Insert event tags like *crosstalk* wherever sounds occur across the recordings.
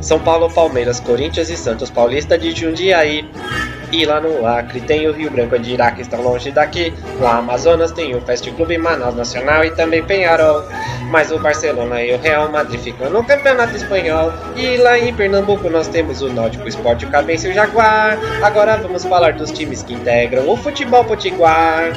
São Paulo, Palmeiras, Corinthians e Santos Paulista de Jundiaí. E lá no Acre tem o Rio Branco de Iraque, que está longe daqui. Lá Amazonas tem o Fest Clube Manaus Nacional e também Penharol. Mas o Barcelona e o Real Madrid ficam no Campeonato Espanhol. E lá em Pernambuco nós temos o Náutico Esporte, o Cabense e o Jaguar. Agora vamos falar dos times que integram o futebol potiguar.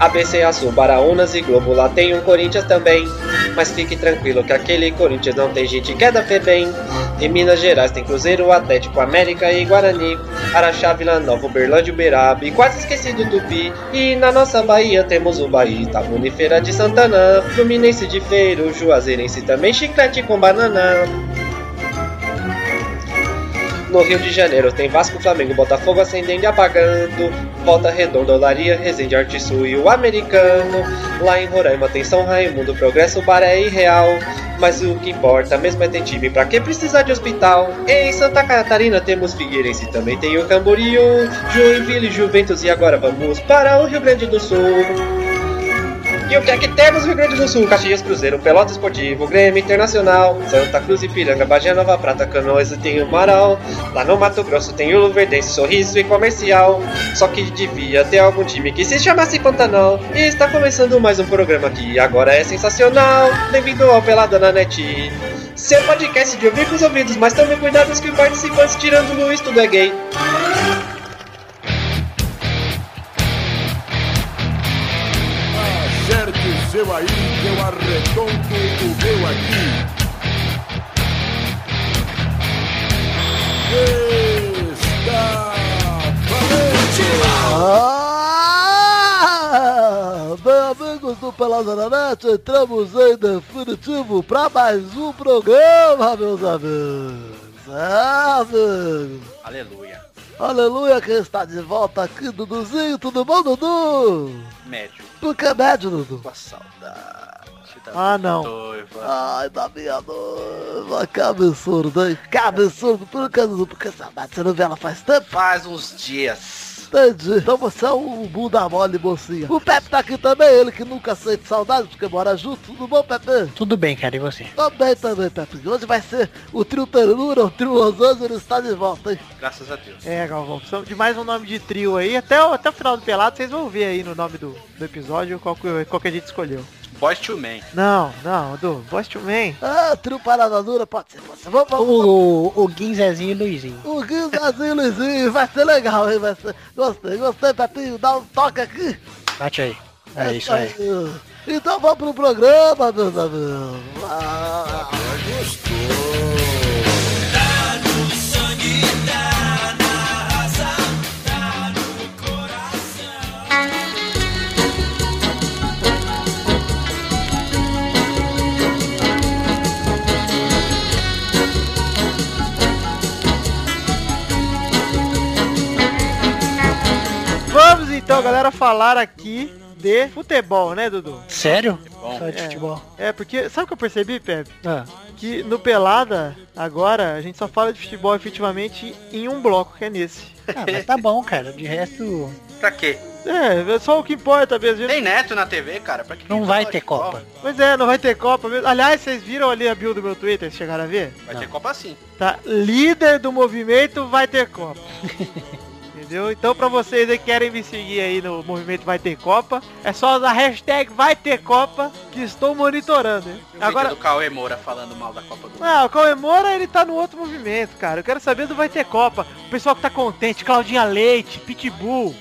ABC Azul, Baraunas e Globo lá tem um Corinthians também. Mas fique tranquilo que aquele Corinthians não tem gente que é da FEBEM. Em Minas Gerais tem Cruzeiro, Atlético, América e Guarani. Araxá, Vila Nova, Uberlândia, Uberaba e quase esquecido do Tupi. E na nossa Bahia temos o Bahia, Itabuna e Feira de Santana. Fluminense de Feiro, Juazeirense também, Chiclete com Banana. No Rio de Janeiro tem Vasco, Flamengo, Botafogo acendendo e apagando. Volta Redonda, Olaria, Resende, Arte Sul e o Americano. Lá em Roraima tem São Raimundo, Progresso, Baré e Real. Mas o que importa mesmo é ter time pra que precisar de hospital. Em Santa Catarina temos Figueirense, também tem o Camboriú, Joinville, Juventus e agora vamos para o Rio Grande do Sul. E o que é que temos no Rio Grande do Sul? Caxias, Cruzeiro, Pelota Esportivo, Grêmio Internacional, Santa Cruz, Ipiranga, Bagé, Nova Prata, Canoas e tem o Marau. Lá no Mato Grosso tem o Luverdense, Sorriso e Comercial. Só que devia ter algum time que se chamasse Pantanal. E está começando mais um programa que agora é sensacional. Bem-vindo ao Pelada na Net. Seu podcast de ouvir com os ouvidos, mas também cuidados que os participantes tirando o Luiz, tudo é gay. Acerte o seu aí, que eu arredondo o meu aqui. Está valente! Ah, Bem, amigos do Pelada na Net, entramos em definitivo para mais um programa, meus amigos. É, amigos. Aleluia. Aleluia, quem está de volta aqui, Duduzinho. Tudo bom, Dudu? Médio. Por que é médio, Dudu? Com a saudade da Ah, não. noiva. Ai, da minha noiva, que absurdo, hein? Que absurdo, por que, Dudu? Por que saudade? Você não vê ela faz tempo? Faz uns dias. Entendi. Então você é um bunda mole, mocinha. O Pepe tá aqui também, ele que nunca sente saudade porque mora junto. Tudo bom, Pepe? Tudo bem, cara, e você? Também, também, Pepe. Hoje vai ser o trio Ternura, o trio Los Angeles está de volta, hein? Graças a Deus. É, Galvão, precisamos de mais um nome de trio aí. Até o, até o final do pelado vocês vão ver aí no nome do, do episódio qual que, qual que a gente escolheu. Boys to Man. Não, não, do Boys to Man. Ah, trio Parada Dura, pode ser, pode ser. Vamos, vamos. O, o Guinzezinho e o Luizinho. O Guizazinho Luizinho, vai ser legal, hein? Vai ser... Gostei, gostei, Pepinho. Dá um toque aqui. Bate aí. É isso aí. Então vamos pro programa, meus amigos. Ah. Vamos então, galera, falar aqui de futebol, né, Dudu? Sério? Bom, Só de É. *laughs* futebol. É, porque sabe o que eu percebi, Pepe? Ah, É. Que no Pelada, agora, a gente só fala de futebol efetivamente em um bloco, que é nesse. ah, mas tá bom, cara. De resto, pra quê? É, é só o que importa mesmo. Tem neto na TV, cara. Pra que não que vai fala ter de futebol? Copa. Pois é, não vai ter Copa mesmo. Aliás, vocês viram ali a build do meu Twitter? Vocês chegaram a ver? Vai ter Copa sim. Tá, líder do movimento vai ter Copa. Entendeu? Então pra vocês aí que querem me seguir aí no movimento Vai Ter Copa, é só usar a hashtag Vai Ter Copa que estou monitorando. hein? E o Agora, vídeo do Cauê Moura falando mal da Copa do Mundo. ah, o Comemora ele tá no outro movimento, cara. Eu quero saber do Vai Ter Copa. O pessoal que tá contente, Claudinha Leite, Pitbull.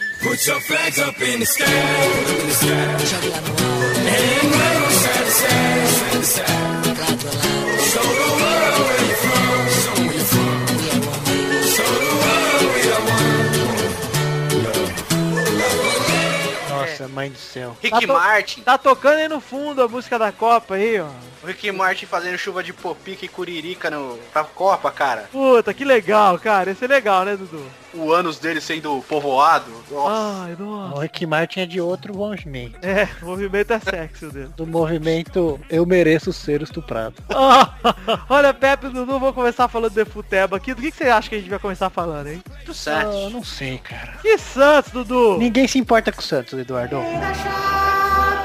Nossa, mãe do céu. Rick Tá to- Martin. Tá tocando aí no fundo a música da Copa aí, ó. O Rick Martin fazendo chuva de popica e curirica no, pra Copa, cara. Puta, que legal, cara. Esse é legal, né, Dudu? O ânus dele sendo povoado. Nossa. Ai, nossa. O Rick Martin é de outro movimento. É, o movimento é sexo dele. Do movimento Eu Mereço Ser Estuprado. Ó, *laughs* olha, Pepe e Dudu, vou começar falando de futeba aqui. Do que, que você acha que a gente vai começar falando, hein? do Ah, Santos. eu não sei, cara. Que Santos, Dudu! Ninguém se importa com o Santos, Eduardo. Champions, a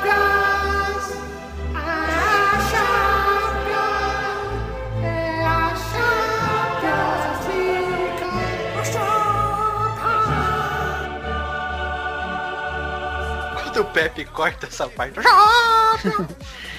Champions. É Quando o Pepe corta essa parte.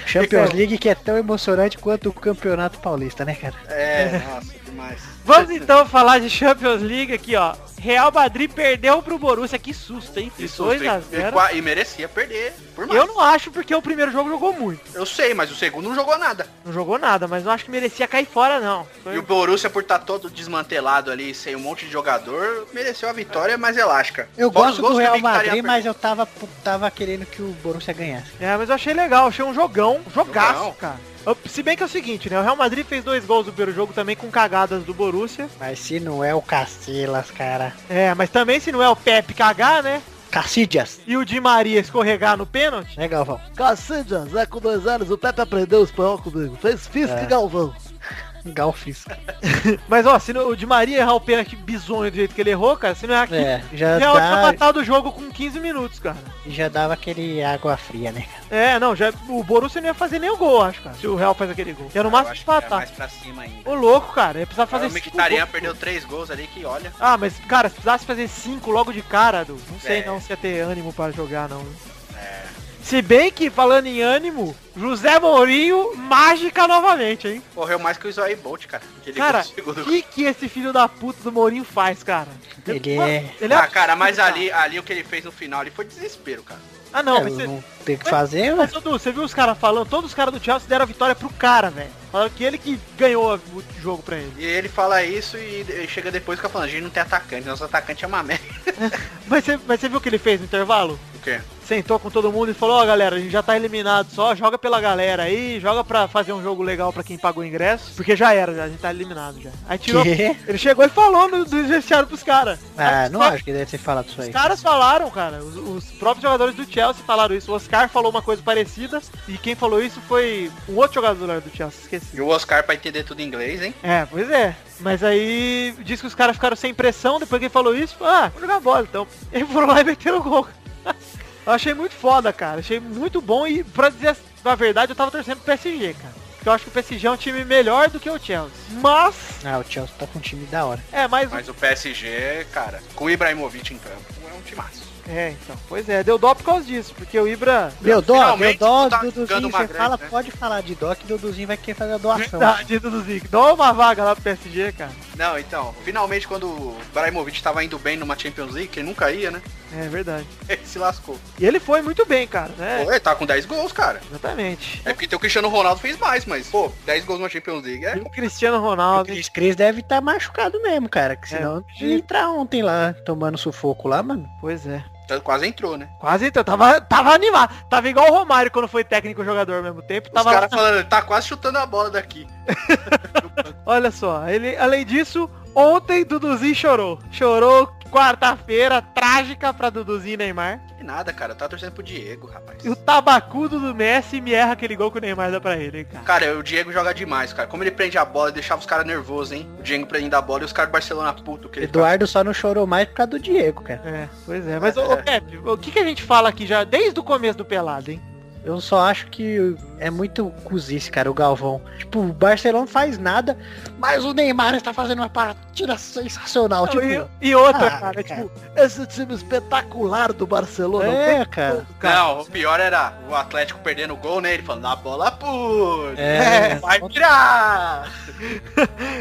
Champions League que é tão emocionante quanto o Campeonato Paulista, né, cara? É, nossa, demais. Vamos então falar de Champions League aqui, ó. Real Madrid perdeu pro Borussia, que susto, hein? Que susto, 2 a hein? E 0. qua- E, merecia perder. Por mais. Eu não acho porque o primeiro jogo jogou muito. Eu sei, mas o segundo não jogou nada. Não jogou nada, mas não acho que merecia cair fora, não. Foi- E o Borussia, por estar todo desmantelado ali, sem um monte de jogador, mereceu a vitória mais elástica. Eu Fora os gosto gols do que eu Real vi que estaria Madrid, mas eu tava, tava querendo que o Borussia ganhasse. É, mas eu achei legal, achei um jogão, um jogaço, Jogão. cara. Eu- se bem que é o seguinte, né? O Real Madrid fez dois gols no primeiro jogo também com cagadas do Borussia. Mas se não é o Cacilas, cara. É, mas também se não é o Pepe cagar, né? Cacídias. E o Di Maria escorregar no pênalti. Né, Galvão? Cacídias, é com dois anos, o Pepe aprendeu espanhol comigo. Fez Fisk É. e Galvão. Galfis. Mas ó, se não- o Di Maria errar o pênalti bizonho do jeito que ele errou, cara, se não é aqui. É, já, Já é a última dá, batalha do jogo com 15 minutos, cara. já dava aquele água fria, né? cara? É, não, já, o Borussia não ia fazer nem o gol, acho, cara. Se o Real faz aquele gol. Ia no Ah, Eu máximo acho que era empatar. mais pra cima ainda. É, Ô louco, cara, ia precisar fazer O cinco Mkhitaryan gols. perdeu três gols ali que, olha, Ah, mas, cara, se precisasse fazer cinco logo de cara, Du, não sei É. não se ia ter ânimo pra jogar, não. Se bem que, falando em ânimo, José Mourinho, mágica novamente, hein? correu mais que o Isaiah Bolt, cara. Que ele Cara, conseguiu o do- que, que esse filho da puta do Mourinho faz, cara? Ele Mano, é- Ele Ah, cara, mas absurdo, ali, ali o que ele fez no final ali foi desespero, cara. cara. Ah, não, É, mas você... não tem o que fazer, né? Mas, Edu, você viu os caras falando? Todos os caras do Chelsea deram a vitória pro cara, velho. Falaram que ele que ganhou o jogo pra ele. E ele fala isso e e chega depois fica falando, a gente não tem atacante, nosso atacante é uma merda. Mas você, mas você viu o que ele fez no intervalo? O quê? Sentou com todo mundo e falou, ó galera, a gente já tá eliminado só, joga pela galera aí, joga pra fazer um jogo legal pra quem pagou o ingresso, porque já era, já, a gente tá eliminado já. Aí tirou. Que? Ele chegou e falou no, do vestiário pros caras. Ah, Aí não só- acho que deve ter falado isso Os aí. caras falaram, cara. Os, os próprios jogadores do Chelsea falaram isso. O Oscar falou uma coisa parecida. E quem falou isso foi um outro jogador do Chelsea. Esqueci. E o Oscar pra entender tudo em inglês, hein? É, pois é. Mas aí diz que os caras ficaram sem pressão, depois que ele falou isso, falou, ah, vou jogar bola então. *laughs* Ele foram lá e meteram o gol. *laughs* eu achei muito foda, cara. Achei muito bom e pra dizer a verdade, eu tava torcendo pro PSG, cara. Porque eu acho que o PSG é um time melhor do que o Chelsea. Mas, Ah, o Chelsea tá com um time da hora. é, mais um. Mas o PSG, cara, com o Ibrahimovic em campo, é um timaço. É, então. Pois é, deu dó por causa disso, porque o Ibra. Meu dó, meu Finalmente dó, tu tá ficando Duduzinho, uma você grande, fala, né? pode falar de dó que Duduzinho vai querer fazer a *laughs* doação. Verdade, Duduzinho. Dá uma vaga lá pro PSG, cara. Não, então, finalmente quando o Ibrahimovic tava indo bem numa Champions League, que ele nunca ia, né? *laughs* É verdade. Ele se lascou. E ele foi muito bem, cara, né? Pô, ele tá com 10 gols, cara. Exatamente. É porque tem o Cristiano Ronaldo fez mais, mas, pô, 10 gols numa Champions League é E o Cristiano O Ronaldo. hein? Cris Cris deve estar machucado mesmo, cara. Que senão É. ele entrar ontem lá, tomando sufoco lá, mano. Pois é. Tá- quase entrou, né? Quase então, tava, *laughs* tava animado. Tava igual o Romário quando foi técnico e jogador ao mesmo tempo. Os Tava lá- caras falando, ele tá quase chutando a bola daqui. Olha só, ele, além disso, ontem Duduzinho chorou. Chorou quarta-feira, trágica pra Duduzinho e Neymar. Que nada, cara, tá torcendo pro Diego, rapaz. E o tabacudo do Messi me erra aquele gol que o Neymar dá pra ele, hein, cara. Cara, o Diego joga demais, cara. Como ele prende a bola, deixava os caras nervosos, hein? O Diego prendendo a bola e os caras do Barcelona puto. Que ele tá- Eduardo só não chorou mais por causa do Diego, cara. É, pois é. Mas, ô, ô, Pepe, o que, que a gente fala aqui já desde o começo do pelado, hein? Eu só acho que é muito cozice, cara, o Galvão. Tipo, o Barcelona não faz nada, mas o Neymar está fazendo uma partida sensacional. tipo, e, e outra, ah, cara, tipo, Esse time espetacular do Barcelona. é, cara. fica- Não, o pior era o Atlético perdendo o gol, né? Ele falando, a bola puto. É. Vai virar!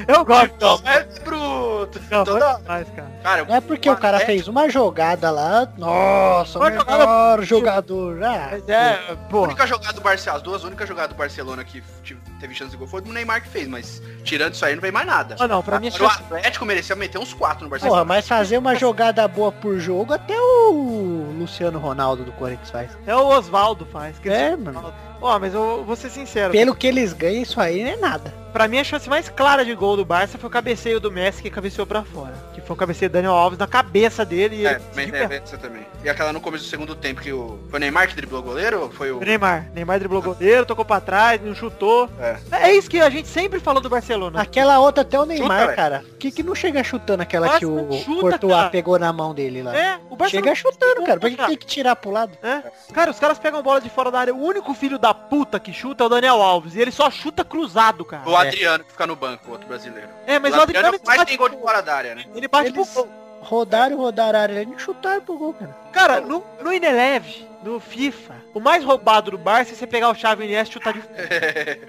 eu gosto. Então é bruto! Não, Então foi dá- demais, cara. Cara, Não é porque o cara Atlético- fez uma jogada lá, nossa, o Uma melhor jogador. Ah, Mas é, A pô. única jogada do Barcelona, as duas únicas jogadas do Barcelona que t- teve chance de gol foi do Neymar que fez, mas tirando isso aí não veio mais nada. Ah, não, pra mim é Agora, o chance. Atlético merecia meter uns quatro no Barcelona. Porra, mas fazer uma jogada boa por jogo até o Luciano Ronaldo do Corinthians faz. É o Oswaldo faz. que É, mano. Ó, mas eu vou ser sincero. Pelo que eles ganham, isso aí não é nada. Pra mim, a chance mais clara de gol do Barça foi o cabeceio do Messi, que cabeceou pra fora. Que foi o cabeceio do Daniel Alves na cabeça dele e É, ele mas conseguiu é, errar. essa também. E aquela no começo do segundo tempo que o. Foi o Neymar que driblou o goleiro? ou Foi o. O Neymar. Neymar driblou o goleiro, tocou pra trás, não chutou. É. É. isso que a gente sempre falou do Barcelona. Aquela outra até o Neymar, velho. cara. Que que não chega chutando aquela Nossa, que o chuta, Courtois cara. pegou na mão dele lá? É, o Barcelona. chega chutando, cara. Por que que Cara. tem que tirar pro lado? É. Cara, os caras pegam bola de fora da área. O único filho da puta que chuta é o Daniel Alves. E ele só chuta cruzado, cara. é. O Adriano que fica no banco, outro brasileiro. É, mas o Adriano é o que mais bate tem gol de pro- fora da área, né? Ele bate Eles- pro gol. Rodaram, rodaram a área, eles não chutaram pro gol, cara. Cara, no, no Ineleve, no FIFA, o mais roubado do Barça é você pegar o Xavi e o Iniesta e chutar de...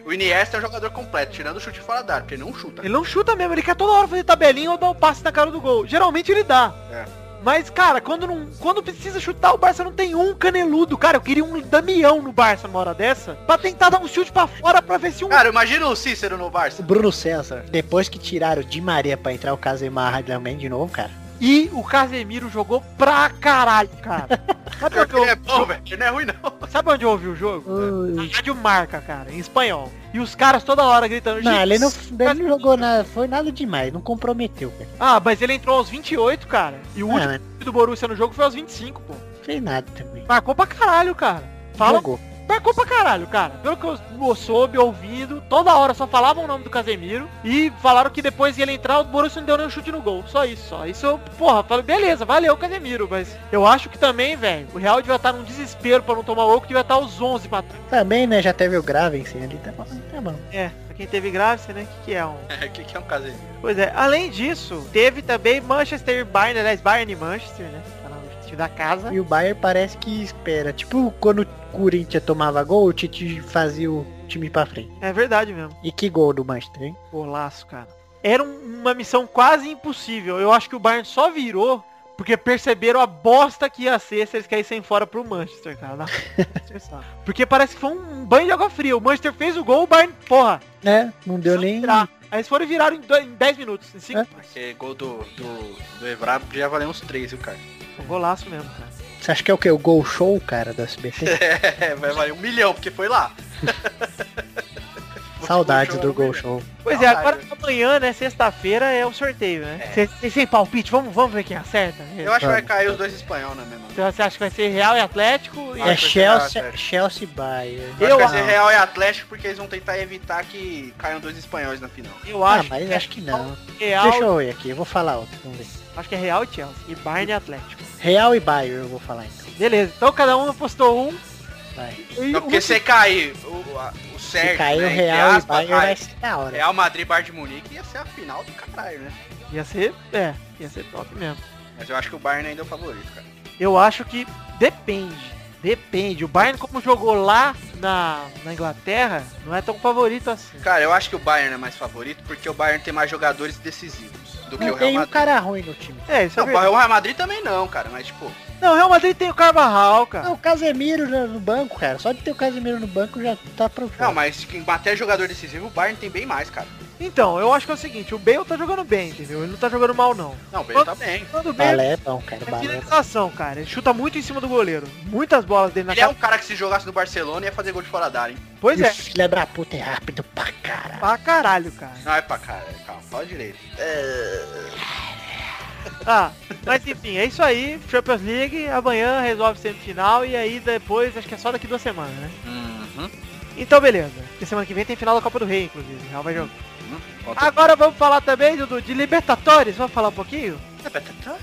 O Iniesta é um jogador completo, tirando o chute fora da área, porque ele não chuta. Ele não chuta mesmo, ele quer toda hora fazer tabelinha ou dar um passe na cara do gol. Geralmente ele dá. É. Mas, cara, quando, não, quando precisa chutar, o Barça não tem um caneludo. Cara, eu queria um Damião no Barça numa hora dessa, pra tentar dar um chute pra fora pra ver se um... Cara, imagina o Cícero no Barça. O Bruno César, depois que tiraram o Di Maria pra entrar o Casemar também de novo, cara. E o Casemiro jogou pra caralho, cara. Sabe, onde Ele é eu, bom, velho. Ele não é ruim, não. sabe onde eu ouvi o jogo? Ui. Na Rádio Marca, cara, em espanhol. E os caras toda hora gritando... Não, ele não, "Jesus, ele não jogou né?" nada, foi nada demais, não comprometeu, cara. Ah, mas ele entrou aos 28, cara. E o Ah, último do Borussia no jogo foi aos 25, pô. não fez nada também. Marcou pra caralho, cara. Fala, Jogou. marcou É pra caralho, cara. Pelo que eu eu soube, ouvindo, toda hora só falavam o nome do Casemiro e falaram que depois ele entrar, o Borussia não deu nenhum chute no gol. Só isso, só. Isso eu, porra, falei, beleza, valeu, Casemiro. Mas eu acho que também, velho, o Real devia estar num desespero pra não tomar o gol, que devia estar aos 11 pra... Também, né, já teve o Gravensen ali, tá bom, tá bom. É, pra quem teve grave, né, que que é um... *laughs* É, que, que é um Casemiro? Pois é, além disso, teve também Manchester e Bayern, aliás, Bayern e Manchester, né? Tá lá no time da casa. E o Bayern parece que espera. Tipo, quando o Corinthians tomava gol, o Tite fazia o time pra frente. É verdade mesmo. E que gol do Manchester, hein? Golaço, cara. Era um- uma missão quase impossível. Eu acho que o Bayern só virou porque perceberam a bosta que ia ser se eles caíssem fora pro Manchester, cara. Na- *laughs* Você sabe. porque parece que foi um banho de água fria. O Manchester fez o gol, o Bayern, porra, É, não deu só nem... virar. Aí eles foram e viraram em dois- em 10 minutos, em 5 É. Porque gol do, do, do Evra já valeu uns três, viu, cara? *laughs* um Golaço mesmo, cara. Você acha que é o quê? O gol show, cara, do *laughs* SBT? É, vai valer um milhão, porque foi lá. Saudades do Gol gol show. Pois é, Saudade. agora amanhã, né, sexta-feira, é o sorteio, né? Vocês vocês têm palpite? Vamos, vamos ver quem acerta? Eu acho que vai cair os dois espanhol né, na mesma. Então você acha que vai ser Real e Atlético? E... Ah, É vai chegar, Chelsea, cara. Chelsea Bayern. Eu acho que vai Eu- ser Real e Atlético porque eles vão tentar evitar que caiam dois espanhóis na final. Eu Ah, acho, mas que é acho que não. Real, Deixa eu ver aqui, eu vou falar outro, vamos ver. acho que é Real e Chelsea. E Bayern e Atlético. Real e Bayern eu vou falar então. Beleza, então cada um apostou um. Vai. E Não, porque um- se cair o, a- o certo, Se cair né, o entre Real e aspas, Bayern cai vai ser da hora. Real Madrid, Bayern de Munique ia ser a final do caralho, né? Ia ser, é, ia ser top mesmo. Mas eu acho que o Bayern ainda é o favorito, cara. Eu acho que depende. Depende. O Bayern, como jogou lá na, na Inglaterra, não é tão favorito assim. Cara, eu acho que o Bayern é mais favorito porque o Bayern tem mais jogadores decisivos do que Não o Real tem um Madrid. cara ruim no time. É, isso Não, é verdade. o Real Madrid também não, cara, mas tipo, Não, o Real Madrid tem o Carvajal, cara. Não, Ah, o Casemiro já no banco, cara. Só de ter o Casemiro no banco já tá pro não, fora. mas em matéria de jogador decisivo, o Bayern tem bem mais, cara. Então, eu acho que é o seguinte, o Bale tá jogando bem, entendeu? Ele não tá jogando mal, não. Não, o Bale tá bem. Jogando bem, Balé é bom, cara. é Balé é bom. finalização, cara. Ele chuta muito em cima do goleiro. Muitas bolas dele na Ele é cara. um cara que se jogasse no Barcelona ia fazer gol de fora da área, hein? Pois E é, o filho da puta é rápido pra caralho. pra caralho, cara. Não é pra cara, calma, fala direito. Ah, mas enfim, é isso aí. Champions League, amanhã resolve semifinal e aí depois, acho que é só daqui duas semanas, né? Uhum. Então beleza. Porque semana que vem tem final da Copa do Rei, inclusive. Real vai jogar. Conta- Agora vamos falar também, Dudu, de Libertadores. Vamos falar um pouquinho? Ah, tá,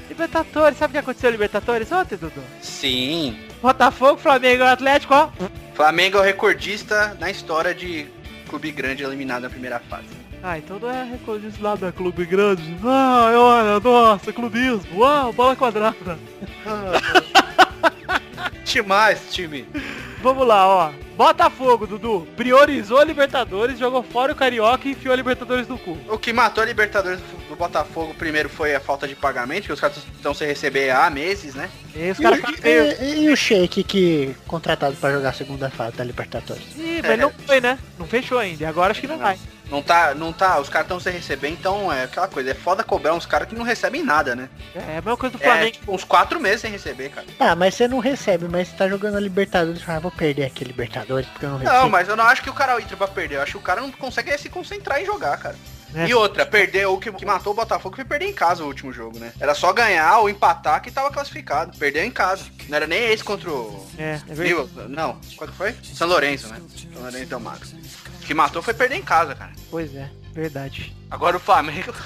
Libertadores, sabe o que aconteceu em Libertadores ontem, Dudu? Sim. Botafogo, Flamengo e Atlético, ó. Flamengo é o recordista na história de clube grande eliminado na primeira fase. Ah, então não é recordista lá da Clube Grande. Ah, olha, nossa, clubismo. Uau, bola quadrada. Demais, time. Vamos lá, ó. Botafogo, Dudu. Priorizou a Libertadores, jogou fora o Carioca e enfiou a Libertadores no cu. O que matou a Libertadores do Botafogo primeiro foi a falta de pagamento, que os caras estão sem receber há meses, né? E aí os E, *laughs* caras o- ficaram meio... e- e o Sheik que contratado pra jogar a segunda fase da Libertadores? Ih, mas não foi, né? Não fechou ainda. E agora acho que não vai. Não tá, não tá, os caras estão sem receber, então é aquela coisa, é foda cobrar uns caras que não recebem nada, né? É a mesma coisa do É, Flamengo. tipo, uns quatro meses sem receber, cara. Tá, mas você não recebe, mas você tá jogando a Libertadores. Ah, vou perder aqui a Libertadores porque eu não recebo. Não, mas eu não acho que o cara entra pra perder, eu acho que o cara não consegue se concentrar em jogar, cara. É. E outra, perder o que, o que matou o Botafogo foi perder em casa o último jogo, né? Era só ganhar ou empatar que tava classificado. Perdeu em casa. Não era nem esse contra o É, é verdade. Viu? Não, quando foi? São Lourenço, né? São Lourenço Del Mago. O que matou foi perder em casa, cara. Pois é, verdade. Agora o Flamengo. *laughs*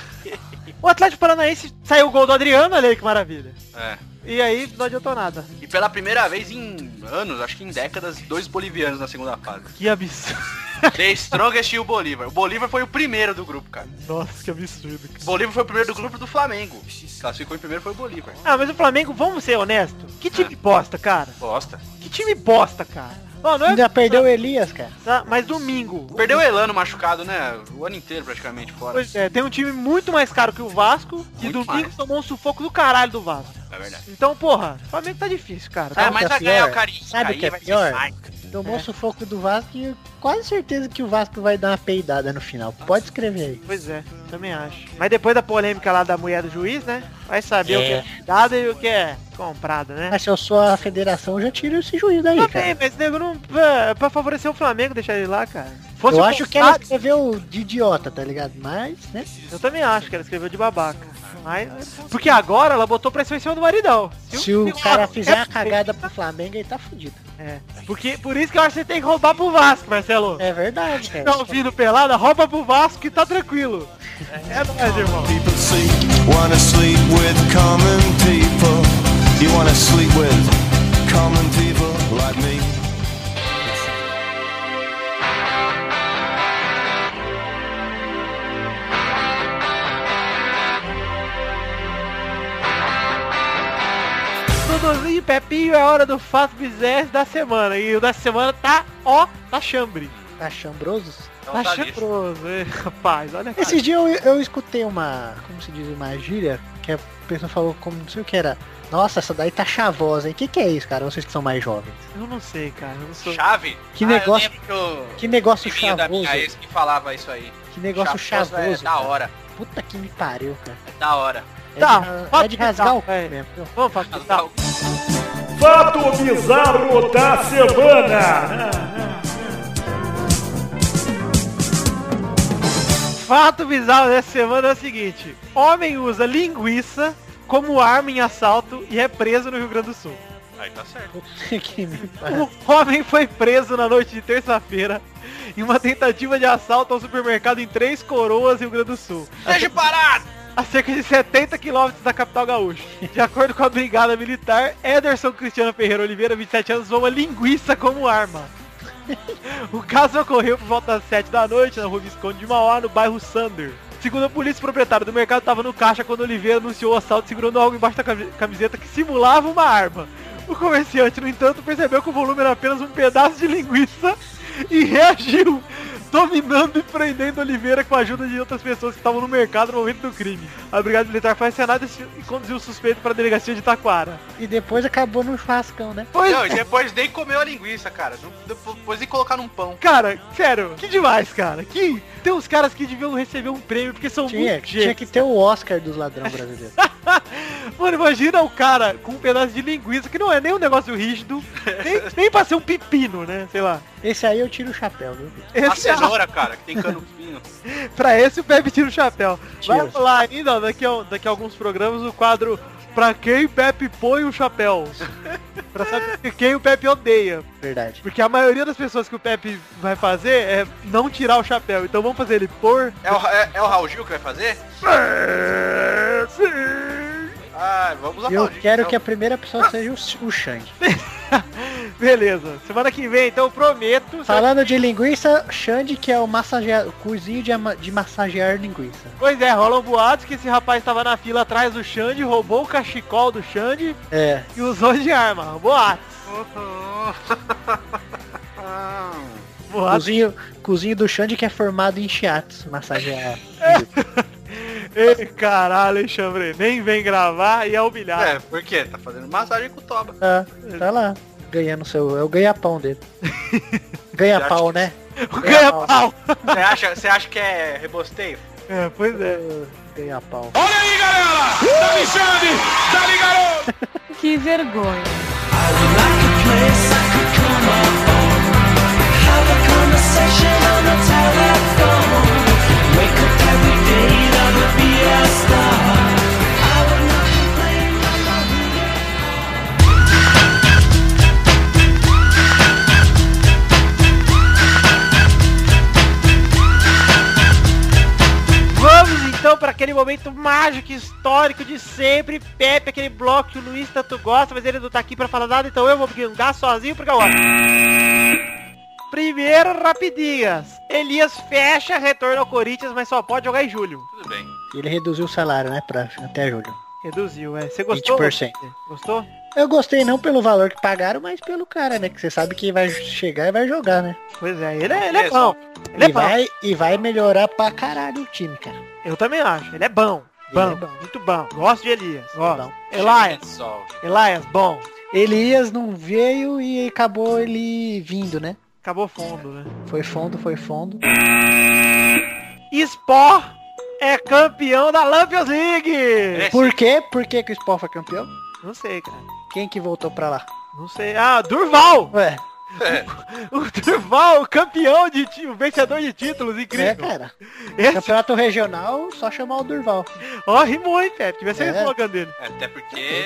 O Atlético Paranaense saiu o gol do Adriano, olha aí que maravilha. É. E aí não adiantou nada. E pela primeira vez em anos, acho que em décadas, dois bolivianos na segunda fase. Que absurdo. *laughs* The Strongest e o Bolívar. O Bolívar foi o primeiro do grupo, cara. Nossa, que absurdo. O Bolívar foi o primeiro do grupo do Flamengo. Classificou em primeiro foi o Bolívar. Ah, mas o Flamengo, vamos ser honestos. Que time bosta, cara. Bosta. Que time bosta, cara. Ó, não é- Ainda perdeu o Elias, cara. tá, mas domingo. Perdeu o Elano machucado, né? O ano inteiro praticamente fora. Pois é, tem um time muito mais caro que o Vasco e Muito domingo mais. tomou um sufoco do caralho do Vasco. É verdade. Então, porra, o Flamengo tá difícil, cara. Ah, Tá- mas que é vai ganhar pior? o carinho. Sabe o Aí que é vai ser pior? Mike. Tomou sufoco do Vasco e quase certeza que o Vasco vai dar uma peidada no final. Pode escrever aí. Pois é, também acho. Mas depois da polêmica lá da mulher do juiz, né? Vai saber É. o que é dado e o que é comprado, né? Mas se eu sou a federação, eu já tiro esse juiz daí, Também, cara. mas nego não. é, Pra, pra favorecer o Flamengo, deixar ele lá, cara. Fosse Eu o acho que ela contrário, escreveu de idiota, tá ligado? Mas, né? Eu também acho que ela escreveu de babaca. Mas, porque agora ela botou pressão em cima do maridão. Se o cara fizer a uma cagada pro Flamengo, ele tá fudido. É. Porque, por isso que eu acho que você tem que roubar pro Vasco, Marcelo. É verdade, cara. Tá ouvindo pelada? Rouba pro Vasco que tá tranquilo. É nóis, irmão. People sleep, wanna sleep with common people. You wanna sleep with common people like me. Duduzinho e Pepinho é hora do fato bizarro da semana. E o da semana tá, ó, tá chambre. Tá chambrosos? Então tá tá lixo. chambroso, hein, rapaz. Olha Esses dias eu, eu escutei uma, como se diz, uma gíria, que a pessoa falou como, não sei o que era. Nossa, essa daí tá chavosa, hein? Que que é isso, cara? Vocês que são mais jovens. Eu não sei, cara. Eu não sou. Chave? Que Ah, negócio- Eu lembro que o Que negócio filhinho da chavoso. minha ex que falava isso aí. Que negócio Chavoso chavoso. É da cara. hora. Puta que me pariu, cara. É da hora. É Tá, de ra- pode é de rasgar o cu é. mesmo. viu? Vamos, tá. fato bizarro. Fato bizarro da semana. Fato bizarro dessa semana é o seguinte. Homem usa linguiça como arma em assalto e é preso no Rio Grande do Sul. Aí tá certo. Puta *laughs* que me pariu. O homem foi preso na noite de terça-feira em uma tentativa de assalto ao supermercado em Três Coroas, Rio Grande do Sul. Seja parado! a cerca de 70 quilômetros da capital gaúcha. De acordo com a brigada militar, Ederson Cristiano Ferreira Oliveira, 27 anos, usou uma linguiça como arma. O caso ocorreu por volta das 7 da noite na rua Visconde de Mauá, no bairro Sander. Segundo a polícia, o proprietário do mercado estava no caixa quando Oliveira anunciou o assalto segurando algo embaixo da cami- camiseta que simulava uma arma. O comerciante, no entanto, percebeu que o volume era apenas um pedaço de linguiça e reagiu, dominando e prendendo Oliveira com a ajuda de outras pessoas que estavam no mercado no momento do crime. A brigada militar foi acionada e conduziu o suspeito para a delegacia de Taquara. E depois acabou num churrascão, né? Pois Não, e depois nem comeu a linguiça, cara. Não- Depois nem colocar *laughs* num pão. Cara, sério, que demais, cara. Que tem uns caras que deviam receber um prêmio porque são Tinha, muito tinha gente. que ter né? o Oscar dos ladrão *laughs* brasileiros. Mano, imagina o cara com um pedaço de linguiça que não é nem um negócio *laughs* rígido, nem, nem pra ser um pepino, né? Sei lá. Esse aí eu tiro o chapéu, viu? bicho? A *laughs* Esse, é cenoura, cara, que *laughs* tem cano fino. pra esse o Pepe tira o chapéu. Vai Tira. rolar ainda, ó, daqui a, daqui a alguns programas, o quadro Pra quem Pepe põe *laughs* o chapéu. pra saber quem o Pepe odeia. Verdade. Porque a maioria das pessoas que o Pepe vai fazer é não tirar o chapéu. Então vamos fazer ele pôr. É o, é, é o Raul Gil que vai fazer? Ah, vamos Eu aplaudir, quero então. que a primeira pessoa seja o, o Shang. Beleza. Semana que vem, então eu prometo. só- Falando de linguiça, Xande que é o massagear, o cozinho de, ama- de massagear linguiça. Pois é, rola um boato que esse rapaz estava na fila atrás do Xande, roubou o cachecol do Xande É, e usou de arma. Boatos. Ah. *laughs* Boatos. cozinho, cozinho do Xande que é formado em shiatsu, *laughs* massagear. Ei, caralho, hein, Xandre. Nem vem gravar e é humilhado. É, por quê? Tá fazendo massagem com o Toba. tá, tá lá, ganhando seu, é o ganha-pão *laughs* dele. Ganha-pau, né? O ganha-pau. Você acha, você acha que é rebosteio? É, pois é. Ganha-pau. Que vergonha. Vamos então para aquele momento mágico, histórico de sempre. Pepe, aquele bloco que o Luiz tanto gosta, mas ele não tá aqui para falar nada, então eu vou guingar sozinho porque eu gosto. Primeiro, rapidinhas. Elias fecha retorno ao Corinthians, mas só pode jogar em julho. Tudo bem. Ele reduziu o salário, né? Pra, até julho. Reduziu, é. Você gostou? 20%. Gostou? Eu gostei não pelo valor que pagaram, mas pelo cara, né? Que você sabe que vai chegar e vai jogar, né? Pois é, ele é, ele é Isso. bom. Ele é e, bom. vai, e vai melhorar pra caralho o time, cara. Eu também acho. Ele é bom. Ele Bom, é bom. muito bom. Gosto de Elias. Gosto. Bom. Elias, é Sol. Elias, bom. Então, Elias não veio e acabou ele vindo, né? Acabou fundo, né? Foi fundo, foi fundo. Sport é campeão da Lampions League! É. Por quê? Por que, que o Sport foi campeão? Não sei, cara. Quem que voltou pra lá? Não sei. Ah, Durval! *laughs* Ué, é, O Durval, o campeão de ti- o vencedor de títulos, é, incrível. cara. Esse, Campeonato regional, só chamar o Durval. ó, rimou, hein, Pepe? Devia ser É. o slogan dele. Até porque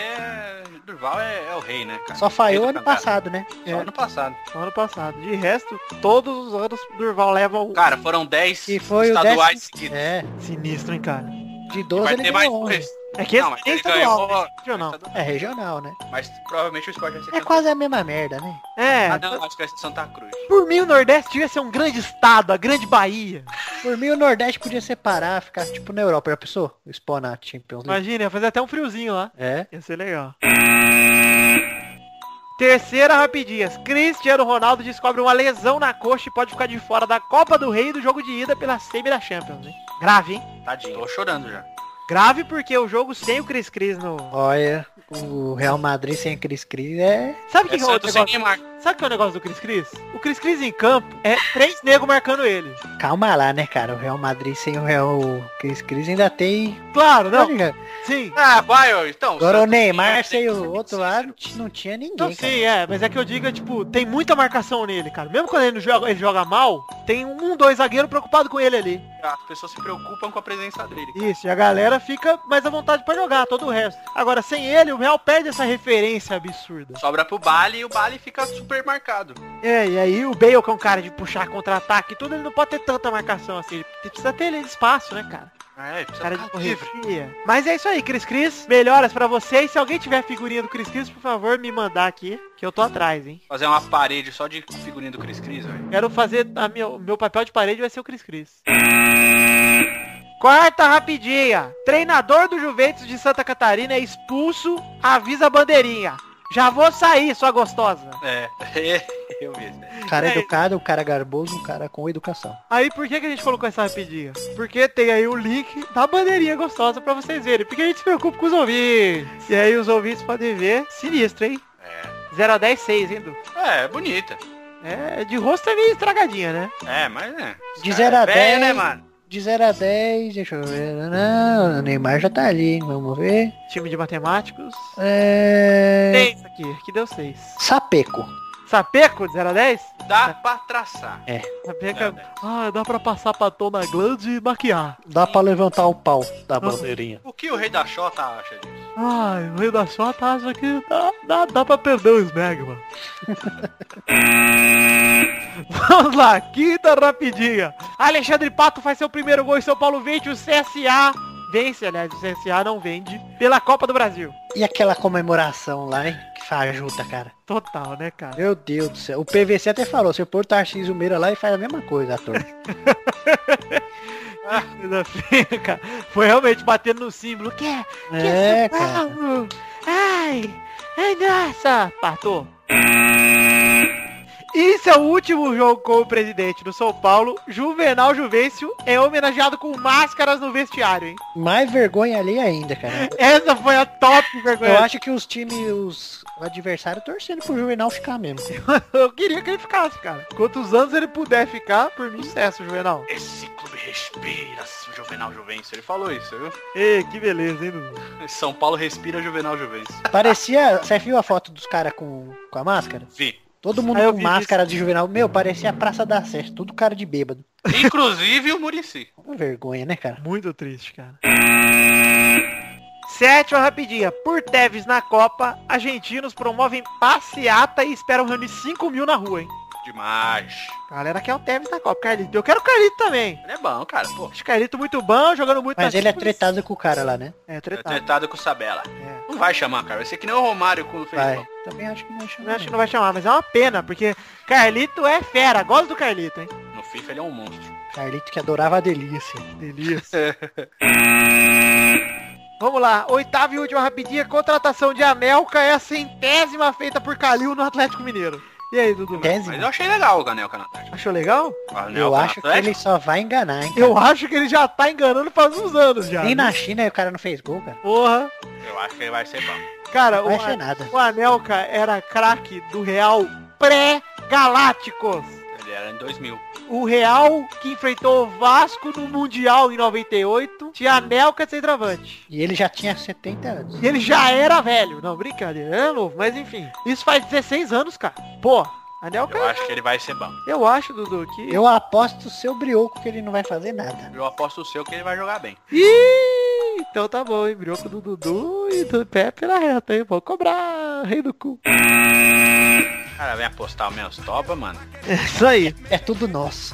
Durval é, é o rei, né, cara? Só falhou Rei ano do campeonato. passado, né? Só ano passado. No ano passado. De resto, todos os anos Durval leva um o Cara, foram 10 É, E foi o estaduais décimo- seguidos. É, sinistro, hein, cara. de 12 Vai ele ter mais ganhou 11. dois. É que esse Não, mas é ele estadual, ganhou- né? Regional. É regional, né? Mas provavelmente o Sport vai ser É campeão. quase a mesma merda, né? É, Ah, não, acho que vai ser Santa Cruz. por mim o Nordeste ia ser um grande estado, a grande Bahia. Por mim, o Nordeste podia separar, ficar tipo na Europa. Já pensou? O Spawn na Champions League. Imagina, ia fazer até um friozinho lá. É. Ia ser legal. Terceira rapidinhas. Cristiano Ronaldo descobre uma lesão na coxa e pode ficar de fora da Copa do Rei e do jogo de ida pela semi da Champions, hein? Grave, hein? Tadinho. Tô chorando já. Grave porque o jogo sem o Cris Cris no... Olha, o Real Madrid sem a Cris Cris é. Sabe o que, É que é o Santos sem negócio? Neymar. Sabe o que é o negócio do Cris Cris? O Cris Cris em campo é três negros marcando ele. Calma lá, né, cara? O Real Madrid sem o Real Cris Cris ainda tem. Claro, Tá não? ligado? Sim. Ah, vai, ô, então. Agora o Santos Neymar é Neymar sem tem o outro lá não t- não tinha Não, ninguém. cara. sim, é, mas é que eu digo, é, tipo, tem muita marcação nele, cara. Mesmo quando ele não joga, ele joga mal, tem um, dois zagueiros preocupados com ele ali. As pessoas se preocupam com a presença dele. Isso, e a galera fica mais à vontade pra jogar, todo o resto. Agora, sem ele, o Real perde essa referência absurda. Sobra pro Bali e o Bali fica super marcado. É, e aí o Bale, que é um cara de puxar contra-ataque e tudo, ele não pode ter tanta marcação assim. Ele precisa ter ele espaço, né, cara? É, precisa Cara de ficar livre. correria. Mas é isso aí, Cris Cris. Melhoras pra vocês. Se alguém tiver figurinha do Cris Cris, por favor, me mandar aqui, que eu tô atrás, hein? Fazer uma parede só de figurinha do Cris Cris, velho. Quero fazer. A minha, o meu papel de parede vai ser o Cris Cris. Quarta rapidinha. Treinador do Juventus de Santa Catarina é expulso, avisa a bandeirinha. Já vou sair, sua gostosa. É, *laughs* eu mesmo. O cara é educado, o cara garboso, um cara com educação. Aí por que, que a gente colocou essa rapidinha? Porque tem aí o link da bandeirinha gostosa pra vocês verem. Porque a gente se preocupa com os ouvintes. E aí os ouvintes podem ver. Sinistro, hein? É. 0 a 10, 6, hein, Du? É, é bonita. É, de rosto é meio estragadinha, né? É, mas é. Os De cara zero a é 10. velho, né, mano? De 0 a 10, deixa eu ver. né, Não, o Neymar já tá ali, hein? Vamos ver. Time de matemáticos. É. Seis aqui, que deu 6. Sapeco. Sapeco de 0 a 10? Dá pra traçar. Sapeco. Zero a dez. Ah, dá pra passar batom na glande e maquiar. Dá pra levantar o pau da bandeirinha. O que o rei da tá Xota acha disso? Ai, o rei da chota acha que dá, dá, dá pra perder o Smeg, mano. *laughs* Vamos lá, quinta rapidinha. Alexandre Pato faz seu primeiro gol em São Paulo vence o CSA. Vence, aliás, o CSA não vende. Pela Copa do Brasil. E aquela comemoração lá, hein? Que fajuta, cara. Total, né, cara? Meu Deus do céu. O PVC até falou, você pôr o Tarcísio Meira lá e faz a mesma coisa, ator. *laughs* Coisa feia, Ah, cara. Foi realmente batendo no símbolo. Que é? é, Que São cara. Paulo! Ai! Ai, nossa! Partou! Isso é o último jogo com o presidente do São Paulo. Juvenal Juvencio é homenageado com máscaras no vestiário, hein? Mais vergonha ali ainda, *laughs* cara. Essa foi a top Eu vergonha. acho que os times, os adversários torcendo pro Juvenal ficar mesmo. Eu queria que ele ficasse, cara. Quantos anos ele puder ficar, por mim, sucesso, Juvenal. Esse clube respira Juvenal Juvencio. Ele falou isso, viu? Ei, que beleza, hein, Dudu? São Paulo respira Juvenal Juvencio. Parecia. Você viu a foto dos caras com, com a máscara? Vi. Todo mundo Ah, eu com vi máscara de Juvenal. Meu, parecia a Praça da Sé, tudo cara de bêbado. Inclusive o Murici. Uma vergonha, né, cara? Muito triste, cara. Sétima rapidinha. Por Teves na Copa, argentinos promovem passeata e esperam reunir 5 mil na rua, hein? Demais. Galera quer o Tevez na Copa. Carlito. Eu quero o Carlito também. Ele é bom, cara, pô. Acho o Carlito muito bom, jogando muito Mas na ele é Champions. tretado com o cara lá, né? É, É tretado. tretado com o Sabela. É. Não vai chamar, cara. Vai ser que nem o Romário com o Vai. Felipão. Também acho que não vai Eu chamar. acho que não vai chamar, mas é uma pena, porque Carlito é fera. Gosto do Carlito, hein? No FIFA ele é um monstro. Carlito que adorava a delícia. Delícia. Vamos lá, oitava e última rapidinha, contratação de Anelka é a centésima feita por Calil no Atlético Mineiro. E aí, Dudu? Tese, Mas eu achei legal o Ganel Canatá. Achou legal? eu acho que ele só vai enganar, hein? cara? tá Eu acho que ele já tá enganando faz uns anos já. É. Nem né? na China o cara não fez gol, cara. Porra. Eu acho que ele vai ser bom. Cara, Não É o, vai ser A- nada. o Anelka era craque do Real pré-galácticos. Ele era em 2000. O Real que enfrentou o Vasco no Mundial em 98 tinha Anelka de centroavante. E ele já tinha 70 anos. E ele já era velho. Não, brincadeira. É novo, mas enfim. Isso faz 16 anos, cara. Pô, Anelka, Eu acho que ele vai ser bom. eu acho, Dudu, que... Eu aposto o seu brioco que ele não vai fazer nada. Eu aposto o seu que ele vai jogar bem. Ih, então tá bom, hein? Brioco do Dudu e do Pepe na reta, hein? Vou cobrar, rei do cu. Cara, vem apostar meus topa, mano. É isso aí. É tudo nosso.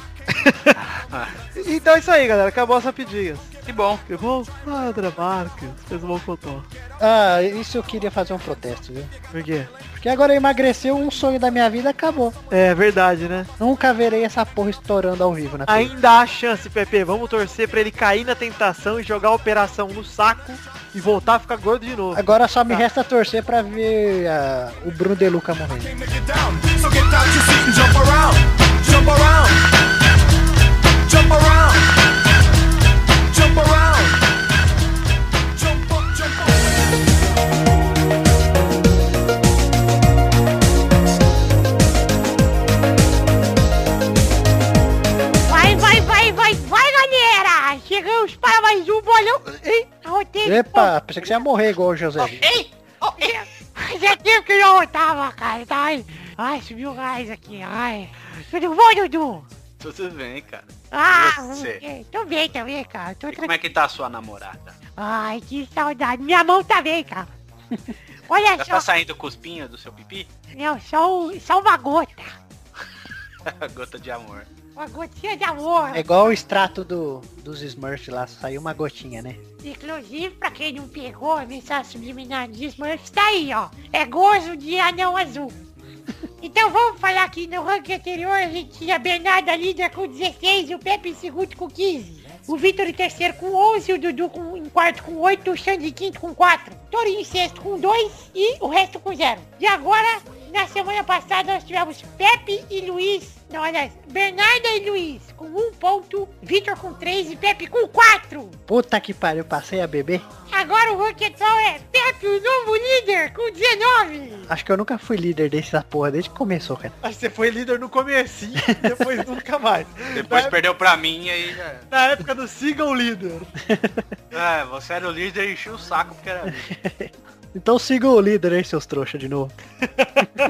Então é isso aí, galera. Acabou as rapidinhas. Que bom. Que bom? Ah, André Marques fez um bom cotó. Ah, isso eu queria fazer um protesto, viu? Por quê? Porque agora eu emagreceu, um sonho da minha vida acabou. É verdade, né? Nunca verei essa porra estourando ao vivo na TV. Ainda há chance, Pepe. Vamos torcer pra ele cair na tentação e jogar a operação no saco e voltar a ficar gordo de novo. Agora só me resta torcer pra ver ah, o Bruno De Luca morrendo. Make it down. So get out your seat and jump around. Jump around. Jump around. Jump around. Jump up, jump up. Vai, vai, vai, vai, vai, galera! Chegamos para mais um bolão. Ei, arrotei. Epa, pensei que você ia morrer igual o José. Vitor. Ei, oh, ei. Fazia tempo que eu não arrotava, cara. Tá, Ai, ai, subiu o gás aqui. Ai. Tudo bom, Dudu? Tudo bem, cara. Ah, Você. ok. tô bem também, cara. Tô E como é que tá a sua namorada? Ai, que saudade. Minha mão tá bem, cara. Olha Já só, tá saindo cuspinha do seu pipi? *laughs* não, só, um- só uma gota. Gota de amor. Uma gotinha de amor. É igual o extrato do, dos Smurfs lá, saiu uma gotinha, né? Inclusive, pra quem não pegou, a mensagem subliminar de Smurfs tá aí, ó. É gozo de anão azul. Então vamos falar que no ranking anterior a gente tinha Bernardo líder com 16, o Pepe em segundo com 15. O Vitor em terceiro com 11, o Dudu com, em quarto com 8, o Xande em quinto com 4. Torinho em sexto com 2 e o resto com 0. E agora, na semana passada nós tivemos Pepe e Luiz. Não, aliás, Bernardo e Luiz com 1 ponto, Vitor com 3 e Pepe com 4. Puta que pariu, passei a beber. Agora o Rocketball é Pepe, o novo líder, com 19! Acho que eu nunca fui líder dessa porra desde que começou, cara. Mas você foi líder no comecinho, depois *laughs* nunca mais. Depois Vai- perdeu pra mim e aí já... Na época do sigam o líder. É, você era o líder e enchia o saco porque era líder. Então siga o líder aí, seus trouxas, de novo.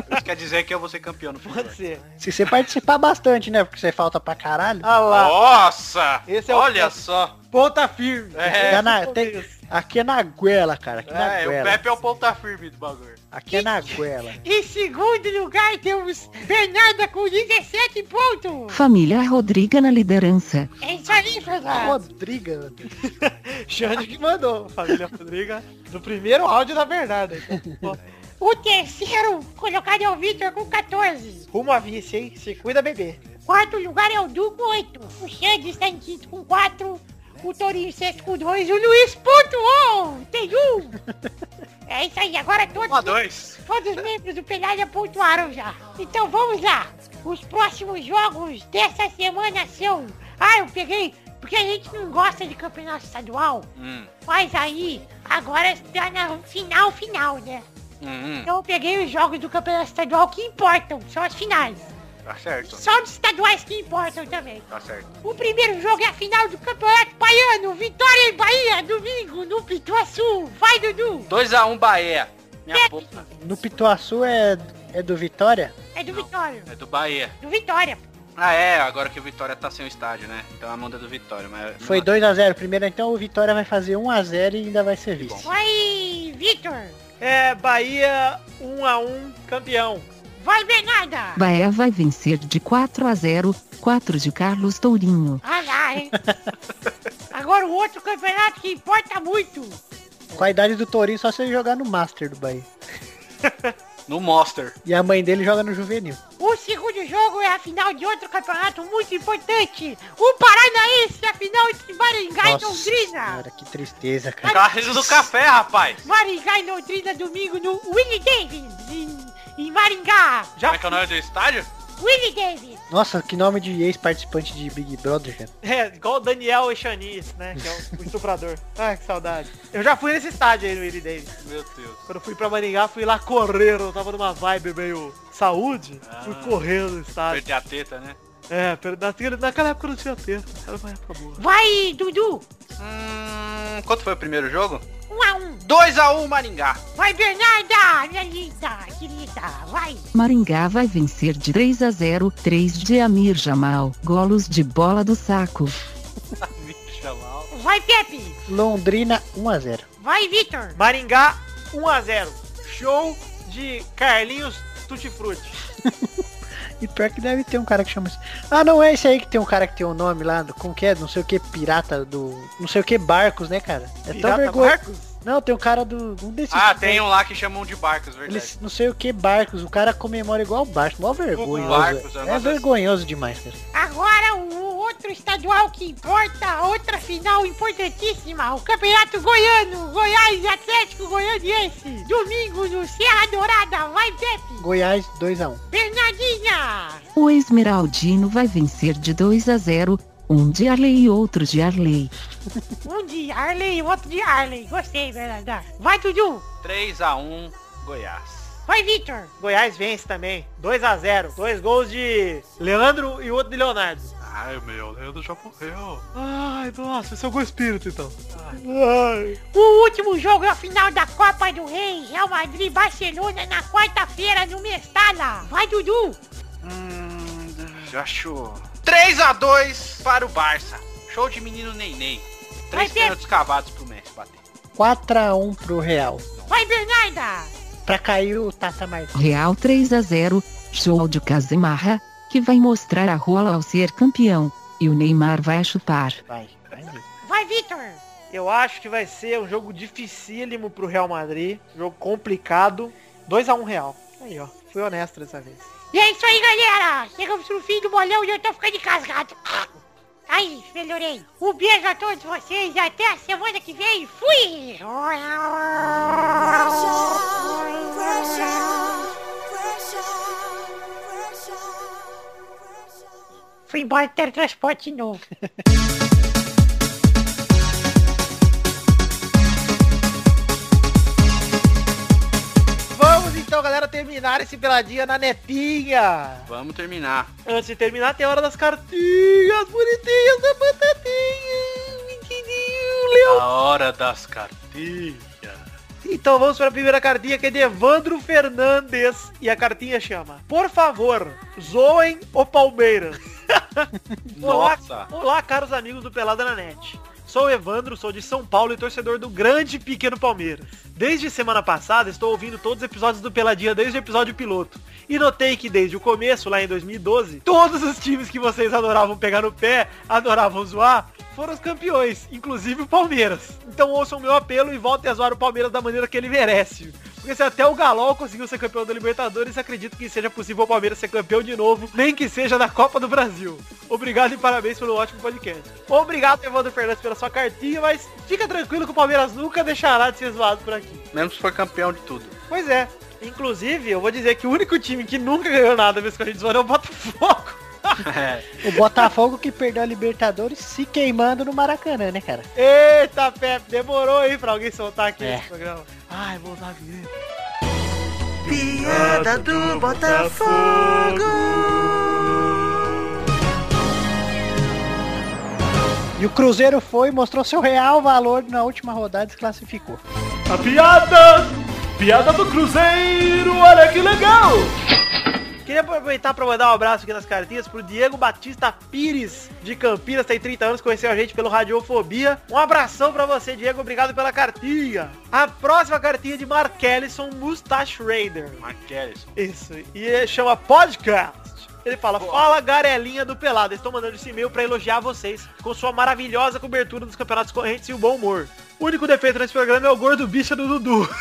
Isso quer dizer que eu vou ser campeão no futuro. Pode ser. Se você participar bastante, né? Porque você falta pra caralho. Ah lá, Nossa! Esse é o Olha Pepe. só! ponta firme. É, Tá na- tem- aqui é na guela, cara. Aqui na é, o guela. Pepe é o ponta firme do bagulho. Aqui é na guela. Em segundo lugar temos Bernarda com 17 pontos! Família Rodriga na liderança. É isso aí, Ah. Fernando! Rodriga. Xande que mandou, família Rodriga, no primeiro áudio da Bernarda. Então, pô, O terceiro colocado é o Victor com 14. rumo à vice, hein? Se cuida, bebê. Quarto lugar é o Du com 8. O Xande está em quinto com 4. O Torinho em sexto com 2. O Luiz pontuou! Tem um! É isso aí, agora todos Uma, dois. Todos os membros do Pelada pontuaram já. Então vamos lá. Os próximos jogos dessa semana são... Ah, eu peguei... Porque a gente não gosta de campeonato estadual. Hum, Mas aí, agora está na final, final, né? hum, hum. Então eu peguei os jogos do campeonato estadual que importam. São as finais. Tá certo, Só os estaduais que importam também. tá certo. O primeiro jogo é a final do campeonato baiano. Vitória e Bahia, domingo, no Pituaçu. Vai, Dudu. 2x1 Bahia. Minha boca. No Pituaçu é, é do Vitória? É do Vitória. É do Bahia. Do Vitória. Ah, é, agora que o Vitória tá sem o estádio, né? Então a manda do Vitória, mas... Foi dois. 2x0 primeiro, então o Vitória vai fazer 1x0 e ainda vai ser vice. Vai, Vitor. É, Bahia 1 a 1 campeão. Vai Bernarda! Baé vai vencer de 4 a 0, 4 de Carlos Tourinho. Ah lá, hein? Agora o outro campeonato que importa muito. Com a idade do Torinho, só se ele jogar no Master do Bahia. No Monster. E a mãe dele joga no Juvenil. O segundo jogo é a final de outro campeonato muito importante. O Paranaense, a final entre Maringá e Londrina. Cara, que tristeza, cara. Carreira do café, rapaz. Maringá e Londrina domingo no Willie Davis, em, em Maringá. Já Como é que é o nome do estádio? Willie Davis. Nossa, que nome de ex-participante de Big Brother, cara. É, igual o Daniel Echaniz, né? Que é o- o estuprador. *laughs* Ai, que saudade. Eu já fui nesse estádio aí no Willie Davis. Meu Deus. Quando eu fui pra Maringá, fui lá correr. Eu tava numa vibe meio saúde. Fui correndo no estádio. Perdi a teta, né? É, per- naquela naquela época não tinha tempo. Era uma época *laughs* boa. Vai, Dudu. Hum, quanto foi o primeiro jogo? Um a um. 2x1 Maringá. Vai, Bernarda, minha linda, querida. Vai. Maringá vai vencer de 3 a 0, 3 de Amir Jamal. Golos de bola do saco. Bicha mal. Vai, Pepe. Londrina 1x0. Vai, Vitor. Maringá 1x0. Show de Carlinhos Tutti Frutti. E pior que deve ter um cara que chama assim. Ah, não é esse aí que tem um cara que tem um nome lá, do, como que é? Não sei o que, pirata do. Não sei o que, barcos, né, cara? É tão Pirata vergonha. Marcos? Não, tem um cara do. Um desses. Ah, tem um lá que chamam de Barcos, verdade. Eles, não sei o que, barcos. O cara comemora igual o barco. Mó vergonhoso. Barcos, é é uma das- vergonhoso demais, cara. Agora o outro estadual que importa, outra final importantíssima, o Campeonato Goiano, Goiás e Atlético Goianiense. Domingo no Serra Dourada, vai Pepe. Goiás 2x1. Bernardinha. O Esmeraldino vai vencer de 2 a 0, um de Arley e outro de Arley. Um de Arley, outro de Arley. Gostei, Bernarda. Vai, Dudu. 3x1 Goiás. Vai, Vitor. Goiás vence também. 2x0. Dois gols de Leandro e outro de Leonardo. Ai, meu, Leandro já morreu. Ai, nossa, esse é o gol espírito então. O último jogo é a final da Copa do Rei, Real Madrid e Barcelona na quarta-feira no Mestala. Vai, Dudu. Hum, eu acho... 3x2 para o Barça. Show de menino Neném. Vai, Três Pedro. pênaltis cavados pro Messi bater. 4x1 pro Real. Vai, Bernarda. Pra cair o Tata Martins. Real 3 a 0, show de Casemarra, que vai mostrar a rola ao ser campeão. E o Neymar vai chutar. Vai. vai mesmo. Vai, Vitor. Eu acho que vai ser um jogo dificílimo pro Real Madrid. Jogo complicado. 2x1 Real. Aí, ó. Fui honesto dessa vez. E é isso aí, galera! Chegamos no fim do bolão e eu tô ficando casgado. Aí, melhorei. Um beijo a todos vocês e até a semana que vem. Fui! Fui embora ter transporte novo. Vamos então, galera, terminar esse peladinha na netinha. Vamos terminar. Antes de terminar, tem a hora das cartinhas bonitinhas da batatinha. Mentidinho, Leão. A hora das cartinhas. Então vamos para a primeira cartinha que é de Evandro Fernandes. E a cartinha chama Por favor, zoem *laughs* o Palmeiras. Olá, Nossa. olá, caros amigos do Pelada na Net. Sou o Evandro, sou de São Paulo e torcedor do grande e pequeno Palmeiras. Desde semana passada estou ouvindo todos os episódios do Peladinha desde o episódio piloto. E notei que desde o começo, lá em 2012, todos os times que vocês adoravam pegar no pé, adoravam zoar, foram os campeões, inclusive o Palmeiras. Então ouçam o meu apelo e voltem a zoar o Palmeiras da maneira que ele merece. Porque se até o Galol conseguiu ser campeão da Libertadores, acredito que seja possível o Palmeiras ser campeão de novo, nem que seja na Copa do Brasil. Obrigado e parabéns pelo ótimo podcast. Obrigado, Evandro Fernandes, pela sua cartinha, mas fica tranquilo que o Palmeiras nunca deixará de ser zoado por aqui. Mesmo se for campeão de tudo. Pois é. Inclusive, eu vou dizer que o único time que nunca ganhou nada mesmo com a gente zoando é o Botafogo. *laughs* O Botafogo que perdeu a Libertadores se queimando no Maracanã, né, cara? Eita, Pepe, demorou aí pra alguém soltar aqui É. esse programa. Ai, vou usar a vinheta. Piada do Botafogo. E o Cruzeiro foi, mostrou seu real valor na última rodada e se classificou. A piada. Piada do Cruzeiro, olha que legal. Queria aproveitar para mandar um abraço aqui nas cartinhas pro Diego Batista Pires, de Campinas, tem 30 anos, conheceu a gente pelo Radiofobia. Um abração para você, Diego, obrigado pela cartinha. A próxima cartinha é de Mark Ellison Mustache Raider. Marquelis. Isso, e ele chama podcast. Ele fala, fala garelinha do pelado. Estou mandando esse e-mail para elogiar vocês com sua maravilhosa cobertura dos campeonatos correntes e o bom humor. O único defeito nesse programa é o gordo bicha do Dudu. *laughs*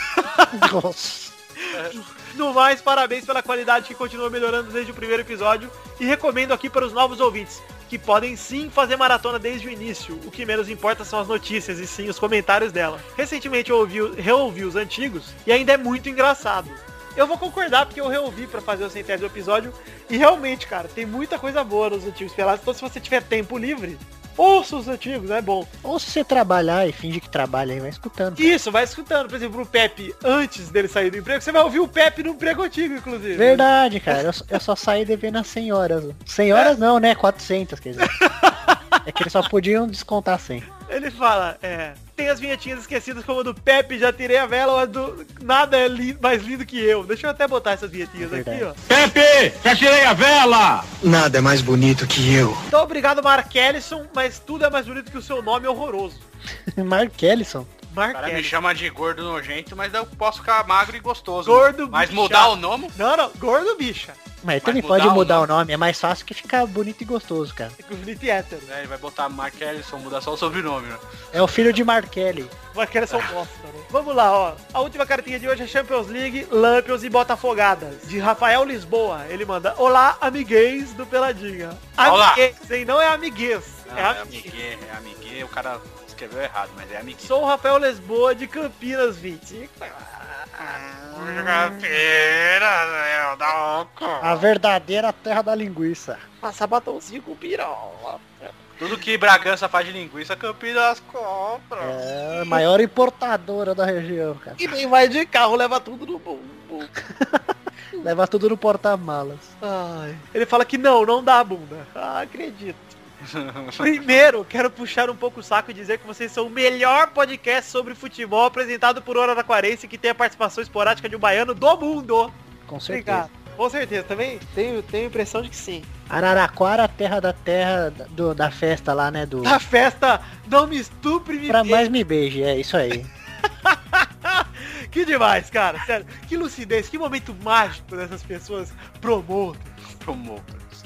No mais, parabéns pela qualidade que continua melhorando desde o primeiro episódio e recomendo aqui para os novos ouvintes, que podem sim fazer maratona desde o início. O que menos importa são as notícias e sim os comentários dela. Recentemente eu ouvi, o- reouvi os antigos e ainda é muito engraçado. Eu vou concordar porque eu reouvi para fazer o centésimo episódio e realmente, cara, tem muita coisa boa nos antigos pelados. Então se você tiver tempo livre, ouça os antigos, é bom. Ou se você trabalhar e finge que trabalha aí, vai escutando. Isso, vai escutando, por exemplo, o Pepe antes dele sair do emprego, você vai ouvir o Pepe no emprego antigo, inclusive. Verdade, cara. Eu, eu só saí devendo as 100 horas. 100 horas não, né? 400, quer dizer. É que eles só podiam descontar 100. Ele fala, é. Tem as vinhetinhas esquecidas como a do Pepe, já tirei a vela, mas do nada é li- mais lindo que eu. Deixa eu até botar essas vinhetinhas aqui, ó. Pepe, já tirei a vela! Nada é mais bonito que eu. Então obrigado, Mark Ellison, mas tudo é mais bonito que o seu nome horroroso. *laughs* Mark Ellison. Mark O cara me Ellison. chama de gordo nojento, mas eu posso ficar magro e gostoso. Gordo Mas bicha. mudar o nome? Não, não, gordo bicha. Mas Vai também mudar pode o mudar o nome, é mais fácil que ficar bonito e gostoso, cara. Bonito e hétero. né? É, ele vai botar Mark Ellison, mudar só o sobrenome, né? É o filho de Markelli. Mark Ellison bosta, né? Vamos lá, ó. A última cartinha de hoje é Champions League, Lampions e Botafogadas. De Rafael Lisboa. Ele manda, olá, amiguês do Peladinha. Olá. Amiguês, hein? Não é amiguês. Não, é é amiguês. amiguê, é amiguê, o cara escreveu errado, mas é amiguê. Sou o Rafael Lisboa de Campinas, 20. A verdadeira terra da linguiça. Passar batomzinho com pirola. Tudo que Bragança faz de linguiça, Campinas compra. É a maior importadora da região, cara. E nem vai de carro, leva tudo no bumbum. Leva tudo no porta-malas. Ai. Ele fala que não, não dá a bunda. Ah, acredito. Primeiro, quero puxar um pouco o saco e dizer que vocês são o melhor podcast sobre futebol apresentado por Hora da Quarense que tem a participação esporádica de um baiano do mundo. Com certeza. Obrigado. Com certeza, também tenho, tenho a impressão de que sim. Araraquara, terra da terra da- do- da festa lá, né? Do. Na festa, não me estupre, me Pra beije. *laughs* mais me beije, é isso aí. Que demais, cara, sério. Que lucidez, que momento mágico dessas pessoas promotam.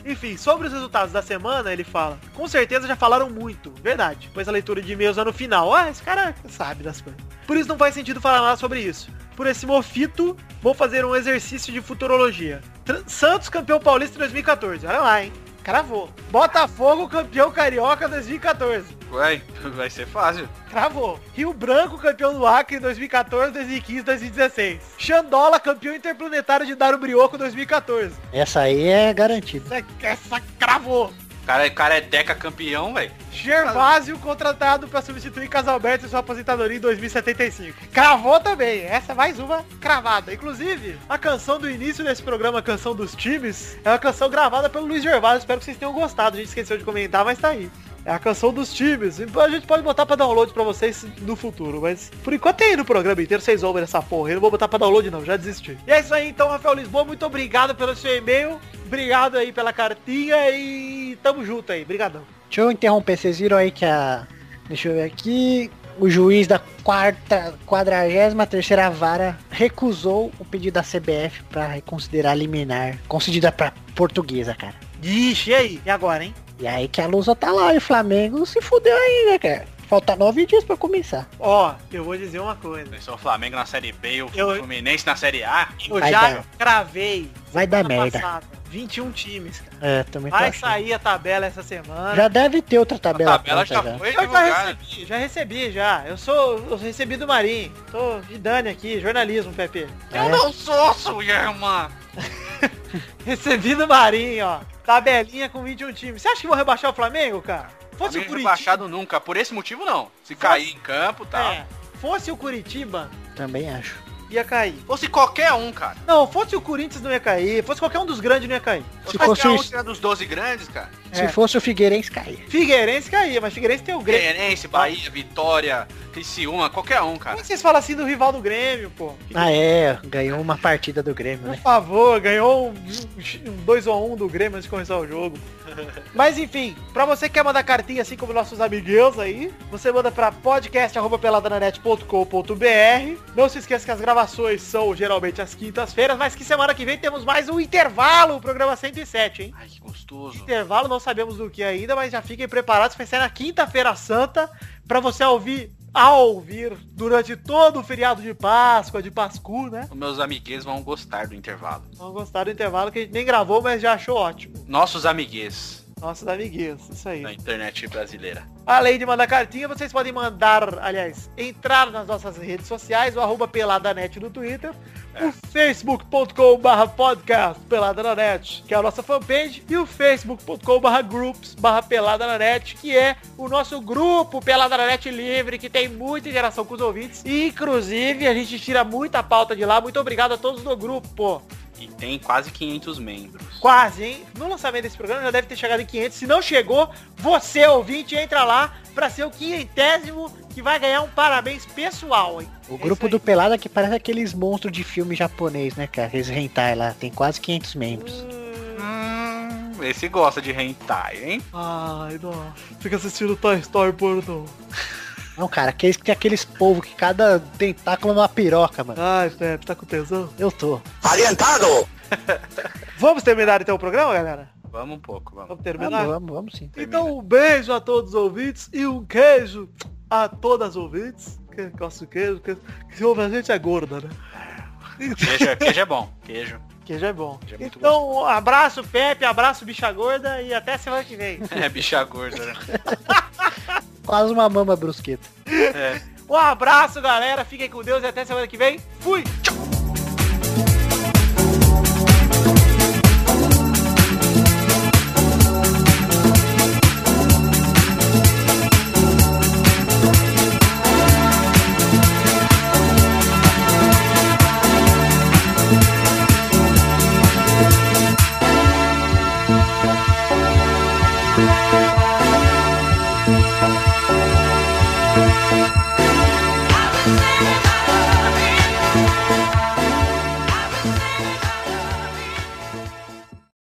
Enfim, sobre os resultados da semana, ele fala, com certeza já falaram muito, verdade, pois a leitura de e-mails é no final. Ah, esse cara sabe das coisas. Por isso não faz sentido falar nada sobre isso. Por esse mofito, vou fazer um exercício de futurologia. Tran- Santos campeão paulista em 2014, olha lá, hein. Cravou. Botafogo campeão carioca 2014. Ué, *laughs* vai ser fácil. Cravou. Rio Branco, campeão do Acre em 2014, 2015, 2016. Xandola, campeão interplanetário de Daru Brioco em 2014. Essa aí é garantida. Essa, essa cravou. O cara, o cara é deca campeão, velho. Gervásio contratado para substituir Casalberto em sua aposentadoria em 2075. Cravou também. Essa é mais uma cravada. Inclusive, a canção do início desse programa, a Canção dos Times, é uma canção gravada pelo Luiz Gervásio. Espero que vocês tenham gostado. A gente esqueceu de comentar, mas tá aí. É a canção dos times. A gente pode botar pra download pra vocês no futuro, mas por enquanto é aí no programa inteiro, vocês ouvem essa porra. Eu não vou botar pra download não, já desisti. E é isso aí então, Rafael Lisboa, muito obrigado pelo seu e-mail, obrigado aí pela cartinha e tamo junto aí, brigadão. Deixa eu interromper, vocês viram aí que a. Deixa eu ver aqui. O juiz da quarta, 43 terceira vara recusou o pedido da CBF pra reconsiderar a liminar concedida pra portuguesa, cara. Ixi, e aí? E agora, hein? E aí que a Lusa tá lá e o Flamengo se fudeu ainda, cara. Falta nove dias pra começar. Ó, eu vou dizer uma coisa. Eu sou o Flamengo na Série B, e o Eu- Fluminense na Série A. Eu Vai já dar. cravei Vai dar semana merda. passada, 21 times, cara. É, também tô Vai achando. sair a tabela essa semana. Já deve ter outra tabela. A tabela pronta já já. foi Eu já divulgada. recebi, já recebi, já. Eu sou, eu recebi do Marim. Tô de Dani aqui, jornalismo, Pepe. *laughs* É. Eu não sou sua irmã. Recebi do Marim, ó. Tabelinha com 21 times. Você acha que vão rebaixar o Flamengo, cara? Fosse o Flamengo Curitiba. rebaixado nunca, por esse motivo não. Se cair em campo, tá. É, fosse o Curitiba, Também acho. ia cair. Ou se qualquer um, cara. Não, fosse o Corinthians não ia cair, fosse qualquer um dos grandes não ia cair. Se fosse um o- tirando os 12 grandes, cara. Se fosse o Figueirense, caía. Figueirense caía, mas Figueirense tem o Grêmio. Figueirense, Bahia, Vitória, Criciúma, qualquer um, cara. Como é que vocês falam assim do rival do Grêmio, pô? Ah, é. Ganhou uma partida do Grêmio, Por né? favor, ganhou um 2x1 do Grêmio antes de começar o jogo. Mas enfim, pra você que quer mandar cartinha assim como nossos amiguinhos aí, você manda pra podcast.peladananet.com.br. Não se esqueça que as gravações são geralmente às quintas-feiras, mas que semana que vem temos mais um intervalo, o programa 107, hein? Ai, que gostoso. Intervalo, não sabemos do que ainda, mas já fiquem preparados, vai ser na quinta-feira santa, pra você ouvir, ao ouvir, durante todo o feriado de Páscoa, de Pascu, né? Os meus amigues vão gostar do intervalo. Não gostaram do intervalo que a gente nem gravou, mas já achou ótimo. Nossos amigues Nossos amiguinhos, isso aí. da internet brasileira. Além de mandar cartinha, vocês podem mandar, aliás, entrar nas nossas redes sociais, o arroba peladanet no Twitter, o facebook.com barra podcast peladanet, que é a nossa fanpage, e o facebook.com barra groups barra peladanet, que é o nosso grupo Peladanet Livre, que tem muita interação com os ouvintes, e inclusive a gente tira muita pauta de lá. Muito obrigado a todos do grupo. E tem quase 500 membros. Quase, hein? No lançamento desse programa já deve ter chegado em 500. Se não chegou, você, ouvinte, entra lá pra ser o quinhentésimo que vai ganhar um parabéns pessoal, hein? O grupo do Pelada que parece aqueles monstros de filme japonês, né, cara? Aqueles rentai lá. Tem quase 500 membros. Hum, Esse gosta de hentai, hein? Ai, não. Fica assistindo Toy Story pornô. Não, cara. Aqueles que tem aqueles povo que cada tentáculo é uma piroca, mano. Ai, Pepe, tá com tesão? Eu tô. Orientado! Vamos terminar então o programa, galera? Vamos um pouco, vamos. Vamos terminar? Vamos, vamos, vamos sim. Então um beijo a todos os ouvintes e um queijo a todas as ouvintes. Que gosto de queijo, que se ouve a gente é gorda, né? Queijo, queijo é bom, queijo. *laughs* Queijo é bom. Queijo é muito então, abraço Pepe, abraço Bicha Gorda e até semana que vem. É bicha gorda, né? Quase uma mama brusqueta. É. Um abraço, galera. Fiquem com Deus e até semana que vem. Fui!